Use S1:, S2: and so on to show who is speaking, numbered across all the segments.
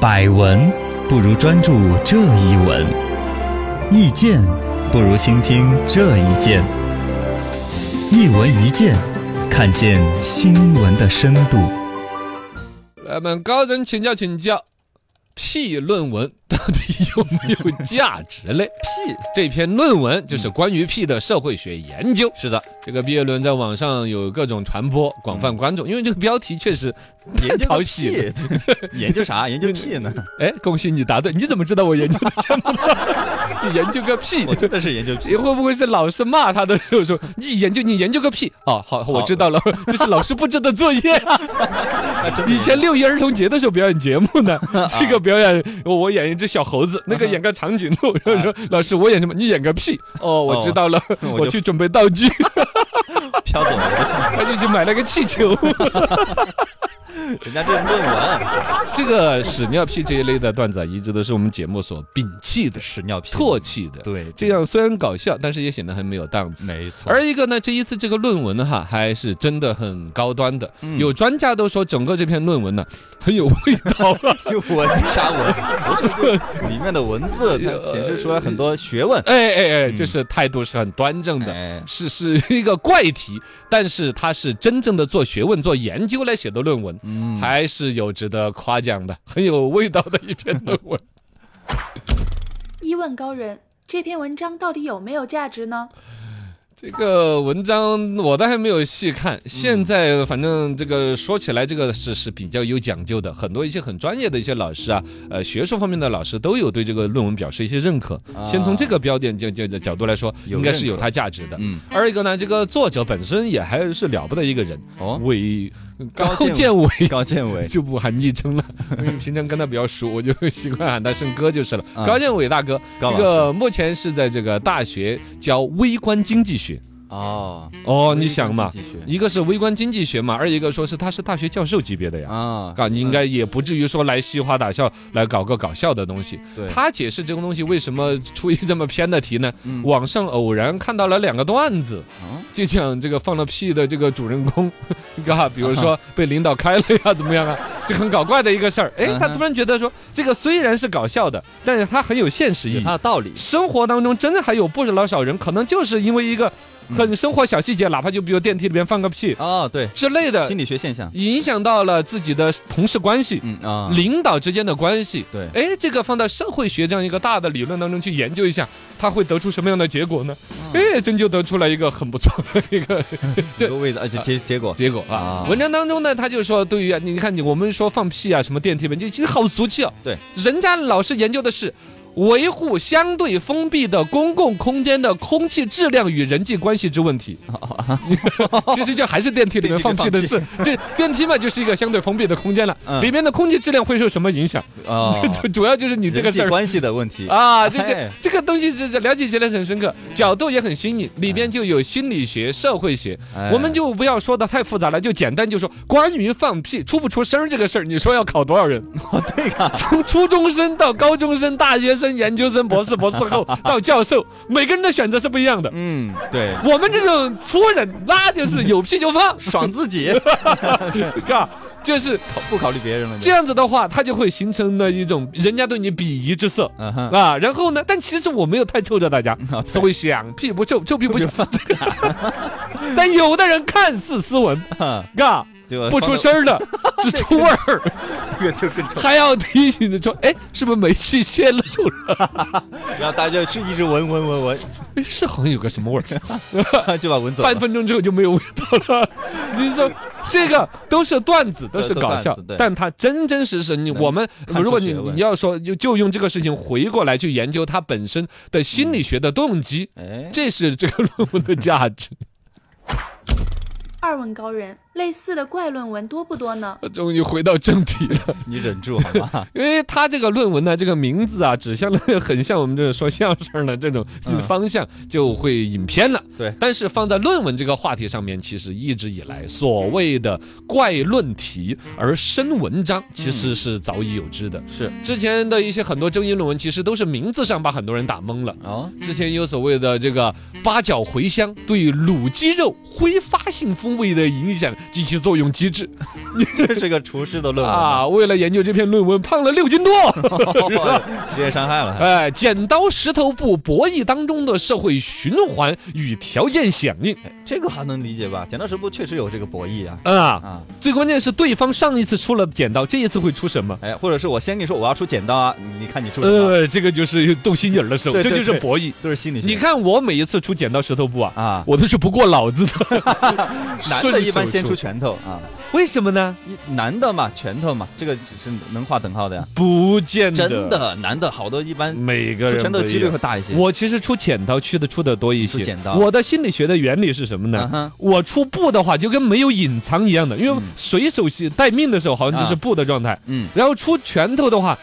S1: 百闻不如专注这一闻，意见不如倾听这一见。一闻一见，看见新闻的深度。
S2: 咱们高人请教请教，屁论文 到底有没有价值嘞？
S3: 屁，
S2: 这篇论文就是关于屁的社会学研究。
S3: 是的，
S2: 这个毕业论在网上有各种传播，广泛关注，因为这个标题确实
S3: 研究
S2: 讨
S3: 个
S2: 喜
S3: 屁， 研究啥？研究屁呢？
S2: 哎，恭喜你答对！你怎么知道我研究的什 么？你研究个屁！
S3: 我真的是研究屁
S2: 你。会不会是老师骂他的时候说你研究你研究个屁？哦，好，我知道了， 这是老师布置的作业。 以前六一儿童节的时候表演节目 呢，这个表演我我演一只小猴 子，那个演个长颈鹿， 然后说老师我演什么？你演个屁！啊哦，我知道了，
S3: 就
S2: 我去准备道 具，
S3: 飘走了，
S2: 他就去买了个气球。
S3: 人家这是论文
S2: 这个屎尿屁这一类的段子啊，一直都是我们节目所摒弃的、
S3: 屎尿屁，
S2: 唾弃的。
S3: 对，
S2: 这样虽然搞笑，但是也显得很没有档次。
S3: 没错。
S2: 而一个呢，这一次这个论文哈，还是真的很高端的。有专家都说，整个这篇论文呢很有味道 啊。
S3: 我啥 文？我说里面的文字它显示出来很多学问。
S2: 哎哎哎，就是态度是很端正的，
S3: 哎
S2: 是是一个怪题，但是他是真正的做学问、做研究来写的论文，
S3: 嗯
S2: 还是有值得夸奖的，很有味道的一篇论文。
S4: 一问高人，这篇文章到底有没有价值呢？
S2: 这个文章我倒还没有细看，
S3: 嗯
S2: 现在反正这个说起来，这个是是比较有讲究的，很多一些很专业的一些老师啊，呃，学术方面的老师都有对这个论文表示一些认可。
S3: 啊
S2: 先从这个标点就就就角度来说，
S3: 有
S2: 应该是有
S3: 认可
S2: 它价值的。
S3: 嗯，
S2: 二一个呢，这个作者本身也还是了不得一个人，
S3: 哦，
S2: 伟高
S3: 高
S2: 建
S3: 建
S2: 伟。
S3: 高建伟，
S2: 就不喊昵称 了，因为平常跟他比较熟，我就习惯喊他声哥就是了。
S3: 啊
S2: 高建伟大哥，
S3: 高
S2: 这
S3: 老
S2: 个目前是在这个大学教微观经济学。
S3: 哦，
S2: 哦，你想嘛，
S3: 经济学
S2: 一个是微观经济学嘛，二一个说是他是大学教授级别的呀。
S3: 啊，
S2: 啊，你应该也不至于说来西花打笑，来搞个搞笑的东西。
S3: 对，
S2: 他解释这个东西为什么出一这么偏的题呢？
S3: 嗯
S2: 网上偶然看到了两个段子，
S3: 哦
S2: 就讲这个放了屁的这个主人公，啊，比如说被领导开了呀，怎么样啊？这很搞怪的一个事儿。哎，他
S3: 嗯哼
S2: 突然觉得说，这个虽然是搞笑的，但是它很有现实意
S3: 有
S2: 义
S3: 他。的啊道理。
S2: 生活当中真的还有不少少人，可能就是因为一个
S3: 嗯
S2: 很生活小细节，哪怕就比如电梯里面放个屁
S3: 哦，对，
S2: 之类的
S3: 心，理学现象。
S2: 影响到了自己的同事关系、
S3: 嗯啊，
S2: 领导之间的关系。
S3: 对，
S2: 哎，这个放到社会学这样一个大的理论当中去研究一下，它会得出什么样的结果呢？哎，真就得出来一个很不错的一 个这
S3: 这个位置，而且结结果
S2: 结果啊
S3: 啊。
S2: 文章当中呢，他就说，对于啊，你看你我们说放屁啊，什么电梯门，就其实好俗气哦。
S3: 对，
S2: 人家老师研究的是。维护相对封闭的公共空间的空气质量与人际关系之问题， 其实就还是电梯里面放屁的事。 这电梯嘛，就是一个相对封闭的空间了，
S3: 嗯
S2: 里面的空气质量会受什么影响？
S3: 啊，
S2: 主主要就是你 这个
S3: 人际
S2: 事儿
S3: 关系的问题
S2: 啊，这个
S3: 哎
S2: 这个东西是是了解起来很深刻，角度也很新颖，里边就有心理学、社会学，
S3: 哎
S2: 我们就不要说的太复杂了，就简单就说关于放屁出不出声儿这个事儿，你说要考多少人？
S3: 哦，对啊，
S2: 从初中生到高中生、大学生、研究生、博士、博士后到教 授，每个人的选择是不一样的。
S3: 嗯，对，
S2: 我们这种粗人，那就是有屁就放，
S3: 爽自己，
S2: 嘎，就是
S3: 考 不考虑别人了？
S2: 这样子的话，它就会形成了一种人家对你鄙夷之色。
S3: 嗯哼，
S2: 啊，然后呢？但其实我没有太臭着 大家，
S3: 啊对
S2: 所谓响屁不 臭，臭屁不响。这个但有的人看似斯文，
S3: 哈
S2: 嘎，
S3: 对吧？
S2: 不出声儿的， 只出味儿，
S3: 放到，这个 就更臭，
S2: 还要提醒着说，哎，是不是煤气泄露了？
S3: 然后大家就是一直闻闻闻闻，
S2: 哎是好像有个什 么味儿，
S3: 就把闻走了
S2: 半。分钟之后就没有味道了。 你说这个都是段子，都是搞笑
S3: 都是段子对，
S2: 但它真真实实。你我们
S3: 看出
S2: 如果你
S3: 学问
S2: 你要说就就用这个事情回过来去研究它本身的心理学的动机，
S3: 哎，
S2: 这是这个论文的价值。
S4: 二问高人，类似的怪论文多不多呢？
S2: 终于回到正题 了，
S3: 你忍住好 吗？
S2: 因为他这个论文呢，这个名字啊，指向了很像我们这种说相声的这种
S3: 嗯
S2: 方向，就会引偏了。
S3: 对
S2: 但是放在论文这个话题上面，其实一直以来所谓的怪论题而生文章，其实是早已有之的。
S3: 嗯是
S2: 之前的一些很多争议论文，其实都是名字上把很多人打懵了。
S3: 哦，
S2: 之前有所谓的这个八角茴香对卤鸡肉挥发性风位的影响及其作用机制
S3: 这是个厨师的论文啊，
S2: 啊。为了研究这篇论文，胖了六斤多。
S3: 职业伤害了。
S2: 哎，剪刀石头布博弈当中的社会循环与条件响应
S3: 这个还能理解吧？剪刀石头确实有这个博弈啊
S2: 啊，
S3: 啊！
S2: 最关键是对方上一次出了剪刀，这一次会出什么？
S3: 哎，或者是我先跟你说我要出剪刀啊，你你看你出什么？
S2: 呃，这个就是斗心眼儿的时候，
S3: 对
S2: 这
S3: 对
S2: 就是
S3: 对
S2: 博弈。
S3: 都是心理学。
S2: 你看我每一次出剪刀石头布啊，
S3: 啊，
S2: 我都是不过脑子的，
S3: 男
S2: 顺
S3: 的
S2: 手
S3: 一般先出，拳头啊，
S2: 为什么呢？
S3: 一男的嘛，拳头嘛，这个是是能划等号的呀。
S2: 不见得，
S3: 真的，男的好多一般
S2: 每嗯个人
S3: 出拳头
S2: 不一
S3: 几率
S2: 样
S3: 会大一些。
S2: 我其实出剪刀去的出的多一
S3: 出
S2: 些。
S3: 剪刀
S2: 我的心理学的原理是什么呢
S3: 嗯？哼
S2: 我出布的话就跟没有隐藏一样的，因为
S3: 嗯啊
S2: 水手系待命的时候好像就是布的状态。
S3: 嗯，
S2: 然后出拳头的话，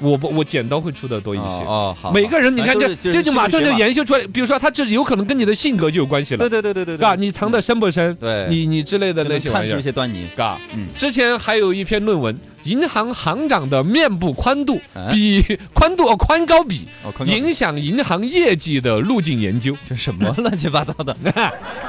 S2: 我不我剪刀会出的多一些。
S3: 哦哦，好，
S2: 每个人你
S3: 哎
S2: 看
S3: 都
S2: 这
S3: 是就
S2: 这
S3: 是
S2: 就马上
S3: 心理
S2: 就
S3: 学嘛
S2: 研究出来，比如说他这有可能跟你的性格就有关系了
S3: 对，对对对对
S2: 嘎，啊你藏的深不深？
S3: 对
S2: 你你之类的
S3: 就
S2: 那
S3: 能
S2: 些玩
S3: 看
S2: 意
S3: 出
S2: 儿
S3: 一，些端倪。
S2: 嘎。
S3: 嗯
S2: 之前还有一篇论文，银行行长的面部宽度
S3: 啊
S2: 比宽度哦宽高比
S3: 哦，坤哥
S2: 影响银行业绩的路径研究。
S3: 这什么乱七八糟 的？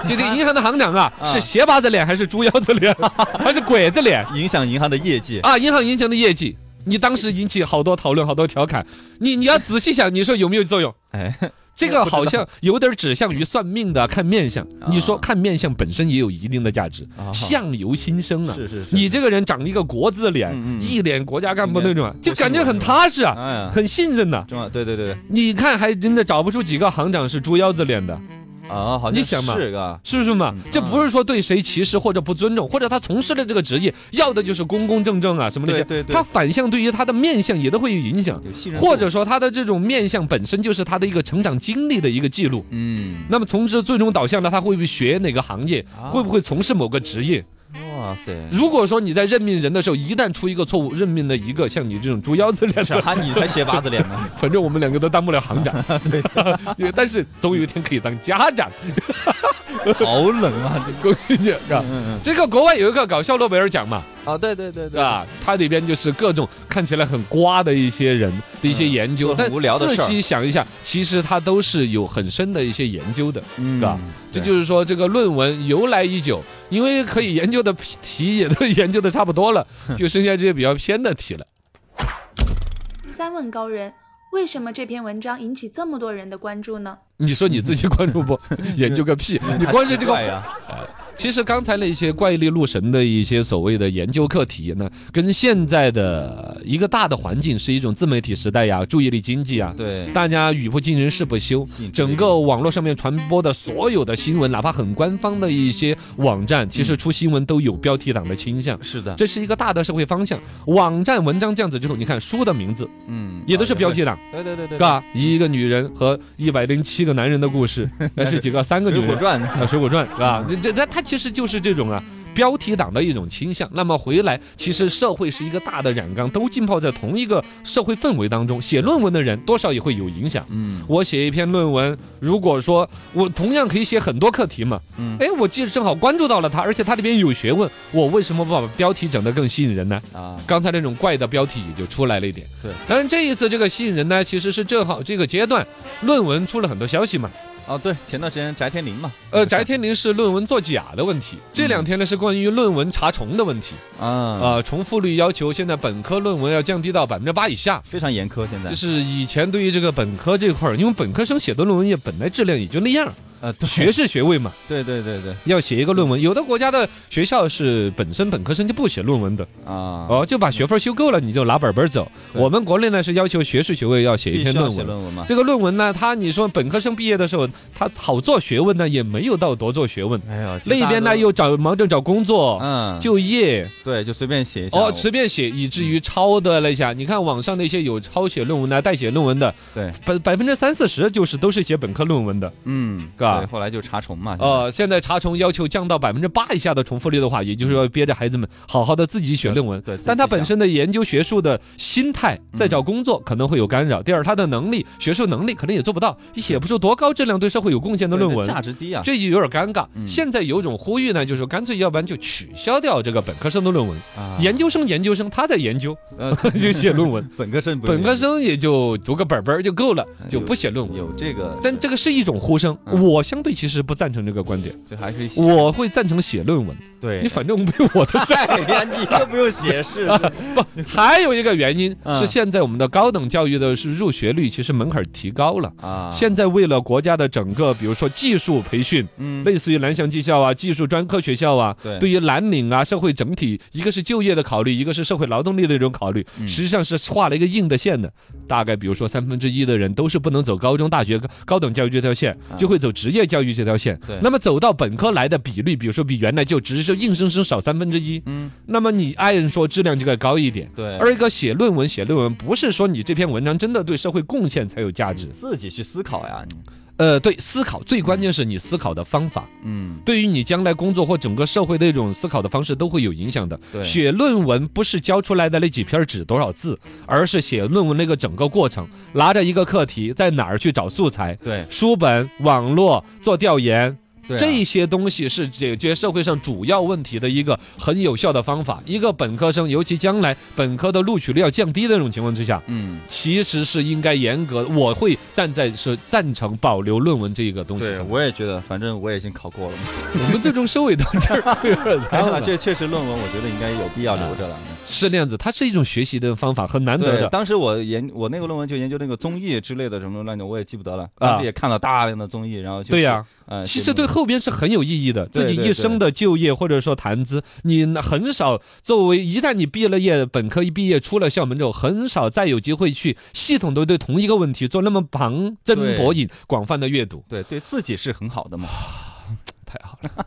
S2: 就这银行的行长啊，
S3: 啊
S2: 是斜八字脸还是猪腰子 脸，还是鬼子脸
S3: 影响银行的业绩。
S2: 啊？银行影响的业绩，你当时引起好多讨论，好多调侃。你你要仔细想，你说有没有作用？
S3: 哎，
S2: 这个好像有点指向于算命的看面相。你说
S3: 啊
S2: 看面相本身也有一定的价值，
S3: 啊
S2: 相由心生啊。
S3: 是是是，
S2: 你这个人长一个国字脸
S3: 嗯，嗯
S2: 一脸国家干部那种啊，
S3: 应该
S2: 就感觉很踏实啊，
S3: 哎呀，
S2: 很信任呐、
S3: 重要，对对 对对，
S2: 你看，还真的找不出几个行长是猪腰子脸的。
S3: 啊，好像
S2: 你想嘛
S3: 是个，
S2: 是不是嘛
S3: 嗯？
S2: 这不是说对谁歧视或者不尊重，或者他从事的这个职业要的就是公公正正啊什么那些，
S3: 对对对嗯
S2: 他反向对于他的面相也都会有影响，
S3: 有信任度，
S2: 或者说他的这种面相本身就是他的一个成长经历的一个记录。
S3: 嗯，
S2: 那么，从之最终导向呢，他会不会学哪个行业，
S3: 啊
S2: 会不会从事某个职业？
S3: 哇塞，
S2: 如果说你在任命人的时候，一旦出一个错误，任命了一个像你这种猪腰子脸的，
S3: 啥？你才斜八 字脸呢？
S2: 反正我们两个都当不了行长，对， 但是总有一天可以当家长。
S3: 好冷啊！这个
S2: 恭喜你，是吧？
S3: 嗯嗯
S2: 这个国外有一个搞笑诺贝尔奖嘛，
S3: 啊，对对对对，
S2: 啊，它里边就是各种看起来很瓜的一些人的一些研究，
S3: 嗯做
S2: 但
S3: 很无聊的
S2: 仔
S3: 事儿
S2: 细想一下，其实它都是有很深的一些研究的。
S3: 嗯
S2: 嘎这就是说，这个论文由来已久，因为可以研究的题也都研究的差不多 了，就剩下这些比较偏的题了。
S4: 三问高人，为什么这篇文章引起这么多人的关注呢？
S2: 你说你自己关注 不？研究个屁！你光是这个
S3: 呀，
S2: 其实刚才那些怪力乱神的一些所谓的研究课题呢，跟现在的一个大的环境是一种自媒体时代呀、注意力经济啊，
S3: 对，
S2: 大家语不惊人誓不休
S3: 吸引，注意力
S2: 整个网络上面传播的所有的新闻，哪怕很官方的一些网站，其实出新闻都有标题党的倾向。
S3: 是的，
S2: 这是一个大的社会方向，网站文章这样子之后，你看书的名字
S3: 嗯，
S2: 也都是标题党，
S3: 对，对对对
S2: 是
S3: 对，《
S2: 吧？一个女人和一百零七个男人的故 事，那是几个？三个女
S3: 水
S2: 人
S3: 浒，传》
S2: 啊，《水浒传》是吧？这这它它其实就是这种啊。标题党的一种倾向，那么回来，其实社会是一个大的染缸，都浸泡在同一个社会氛围当中。写论文的人多少也会有影响。
S3: 嗯
S2: 我写一篇论文，如果说我同样可以写很多课题嘛，
S3: 嗯
S2: 哎，我既正好关注到了它，而且它里边有学问，我为什么不把标题整得更吸引人呢？
S3: 啊，
S2: 刚才那种怪的标题也就出来了一点。
S3: 对，
S2: 当然这一次这个吸引人呢，其实是正好这个阶段论文出了很多消息嘛。
S3: 哦对，前段时间翟天临嘛，
S2: 呃，翟天临是论文作假的问题，
S3: 嗯
S2: 这两天呢是关于论文查重的问题。
S3: 啊，
S2: 呃，重复率要求现在本科论文要降低到百分之八以下。
S3: 非常严苛现在
S2: 就，是以前对于这个本科这块儿，因为本科生写的论文也本来质量也就那样儿，
S3: 呃，
S2: 学，士学位嘛，
S3: 对对对对
S2: 要写一个论文，有的国家的学校是本身本科生就不写论文的，
S3: 啊，
S2: 哦，就把学分修够了你就拿本本走。
S3: 对
S2: 我们国内呢是要求学士学位要写一
S3: 必须
S2: 篇
S3: 要
S2: 论
S3: 写
S2: 文。
S3: 论文嘛，
S2: 这个论文呢，他你说本科生毕业的时候，他好做学问呢，也没有到多做学问。
S3: 哎呀，其实
S2: 那边
S3: 大家
S2: 呢
S3: 都
S2: 又找忙着找工作、
S3: 嗯，
S2: 就业，
S3: 对，就随便写一下
S2: 哦，
S3: 我，
S2: 随便写，以至于抄的了一下。你看网上那些有抄写论文的、代写论文的，
S3: 嗯对，
S2: 百百分之三四十就是都是写本科论文的。
S3: 嗯，
S2: 嘎
S3: 对，后来就查重嘛，现在
S2: 呃，现在查重要求降到百分之八以下的重复率的话，也就是要憋着孩子们好好的自己写论文。
S3: 对，自己
S2: 但他
S3: 想
S2: 本身的研究学术的心态，在
S3: 嗯
S2: 找工作可能会有干扰。第二，他的能力、学术能力可能也做不到，也写不出多高质量、对社会有贡献的
S3: 对
S2: 论
S3: 对
S2: 文。
S3: 价值低啊，
S2: 这就有点尴尬。
S3: 嗯
S2: 现在有种呼吁呢，就是说干脆要不然就取消掉这个本科生的论文，
S3: 啊
S2: 研究生研究生他在研究
S3: 呃
S2: 就写论文，
S3: 本科 生不是
S2: 本科生也就读个本本儿就够了，
S3: 哎
S2: 就不写论文。
S3: 有这个，
S2: 但这个是一种呼声，
S3: 嗯
S2: 我我相对其实不赞成这个观点，
S3: 这还是写
S2: 我会赞成写论文。
S3: 对
S2: 你反正被我 的
S3: 晒呀，你又不用解释，
S2: 还有一个原因
S3: 嗯
S2: 是，现在我们的高等教育的是入学率其实门槛提高了。
S3: 啊，
S2: 现在为了国家的整个，比如说技术培训，
S3: 嗯
S2: 类似于蓝翔技校啊、技术专科学校啊，
S3: 对
S2: 于蓝领啊、社会整体，一个是就业的考虑，一个是社会劳动力的一种考虑，
S3: 嗯
S2: 实际上是画了一个硬的线的。大概比如说三分之一的人都是不能走高中、大学、高等教育这条线，
S3: 啊
S2: 就会走职业教育这条线
S3: 对。
S2: 那么走到本科来的比率，比如说比原来就只是硬生生少三分之一，
S3: 嗯
S2: 那么你按说质量就该高一点。
S3: 对，
S2: 二一个写论文，写论文不是说你这篇文章真的对社会贡献才有价值，
S3: 自己去思考呀，你
S2: 呃，对，思考最关键是你思考的方法。
S3: 嗯
S2: 对于你将来工作或整个社会的一种思考的方式都会有影响的。
S3: 对啊
S2: 写论文不是交出来的那几篇纸多少字，而是写论文那个整个过程，拿着一个课题在哪儿去找素材，
S3: 对
S2: 书本、网络做调研。
S3: 对啊
S2: 这些东西是解决社会上主要问题的一个很有效的方法。一个本科生，尤其将来本科的录取率要降低的这种情况之下，
S3: 嗯
S2: 其实是应该严格。我会站在是赞成保留论文这个东西
S3: 对，
S2: 上。
S3: 我也觉得，反正我也已经 考过了嘛。
S2: 我们最终收尾到这儿，有点太
S3: 然后
S2: 了
S3: 呢，这确实论文，我觉得应该有必要留着了。
S2: 是那样子，它是一种学习的方法，很难得
S3: 对，
S2: 啊的。
S3: 当时我研我那个论文就研究那个综艺之类的什么乱七八糟，我也记不得了。
S2: 啊
S3: 当时也看了大量的综艺，然后就
S2: 对呀、
S3: 呃，
S2: 其
S3: 写
S2: 实对
S3: 论
S2: 后边是很有意义的，
S3: 对
S2: 自己一生的就业或者说谈资，你很少作为一旦你毕了业，本科一毕业出了校门之后，很少再有机会去系统的对同一个问题做那么旁征博引、广泛的阅读，
S3: 对对自己是很好的嘛。
S2: 太好了。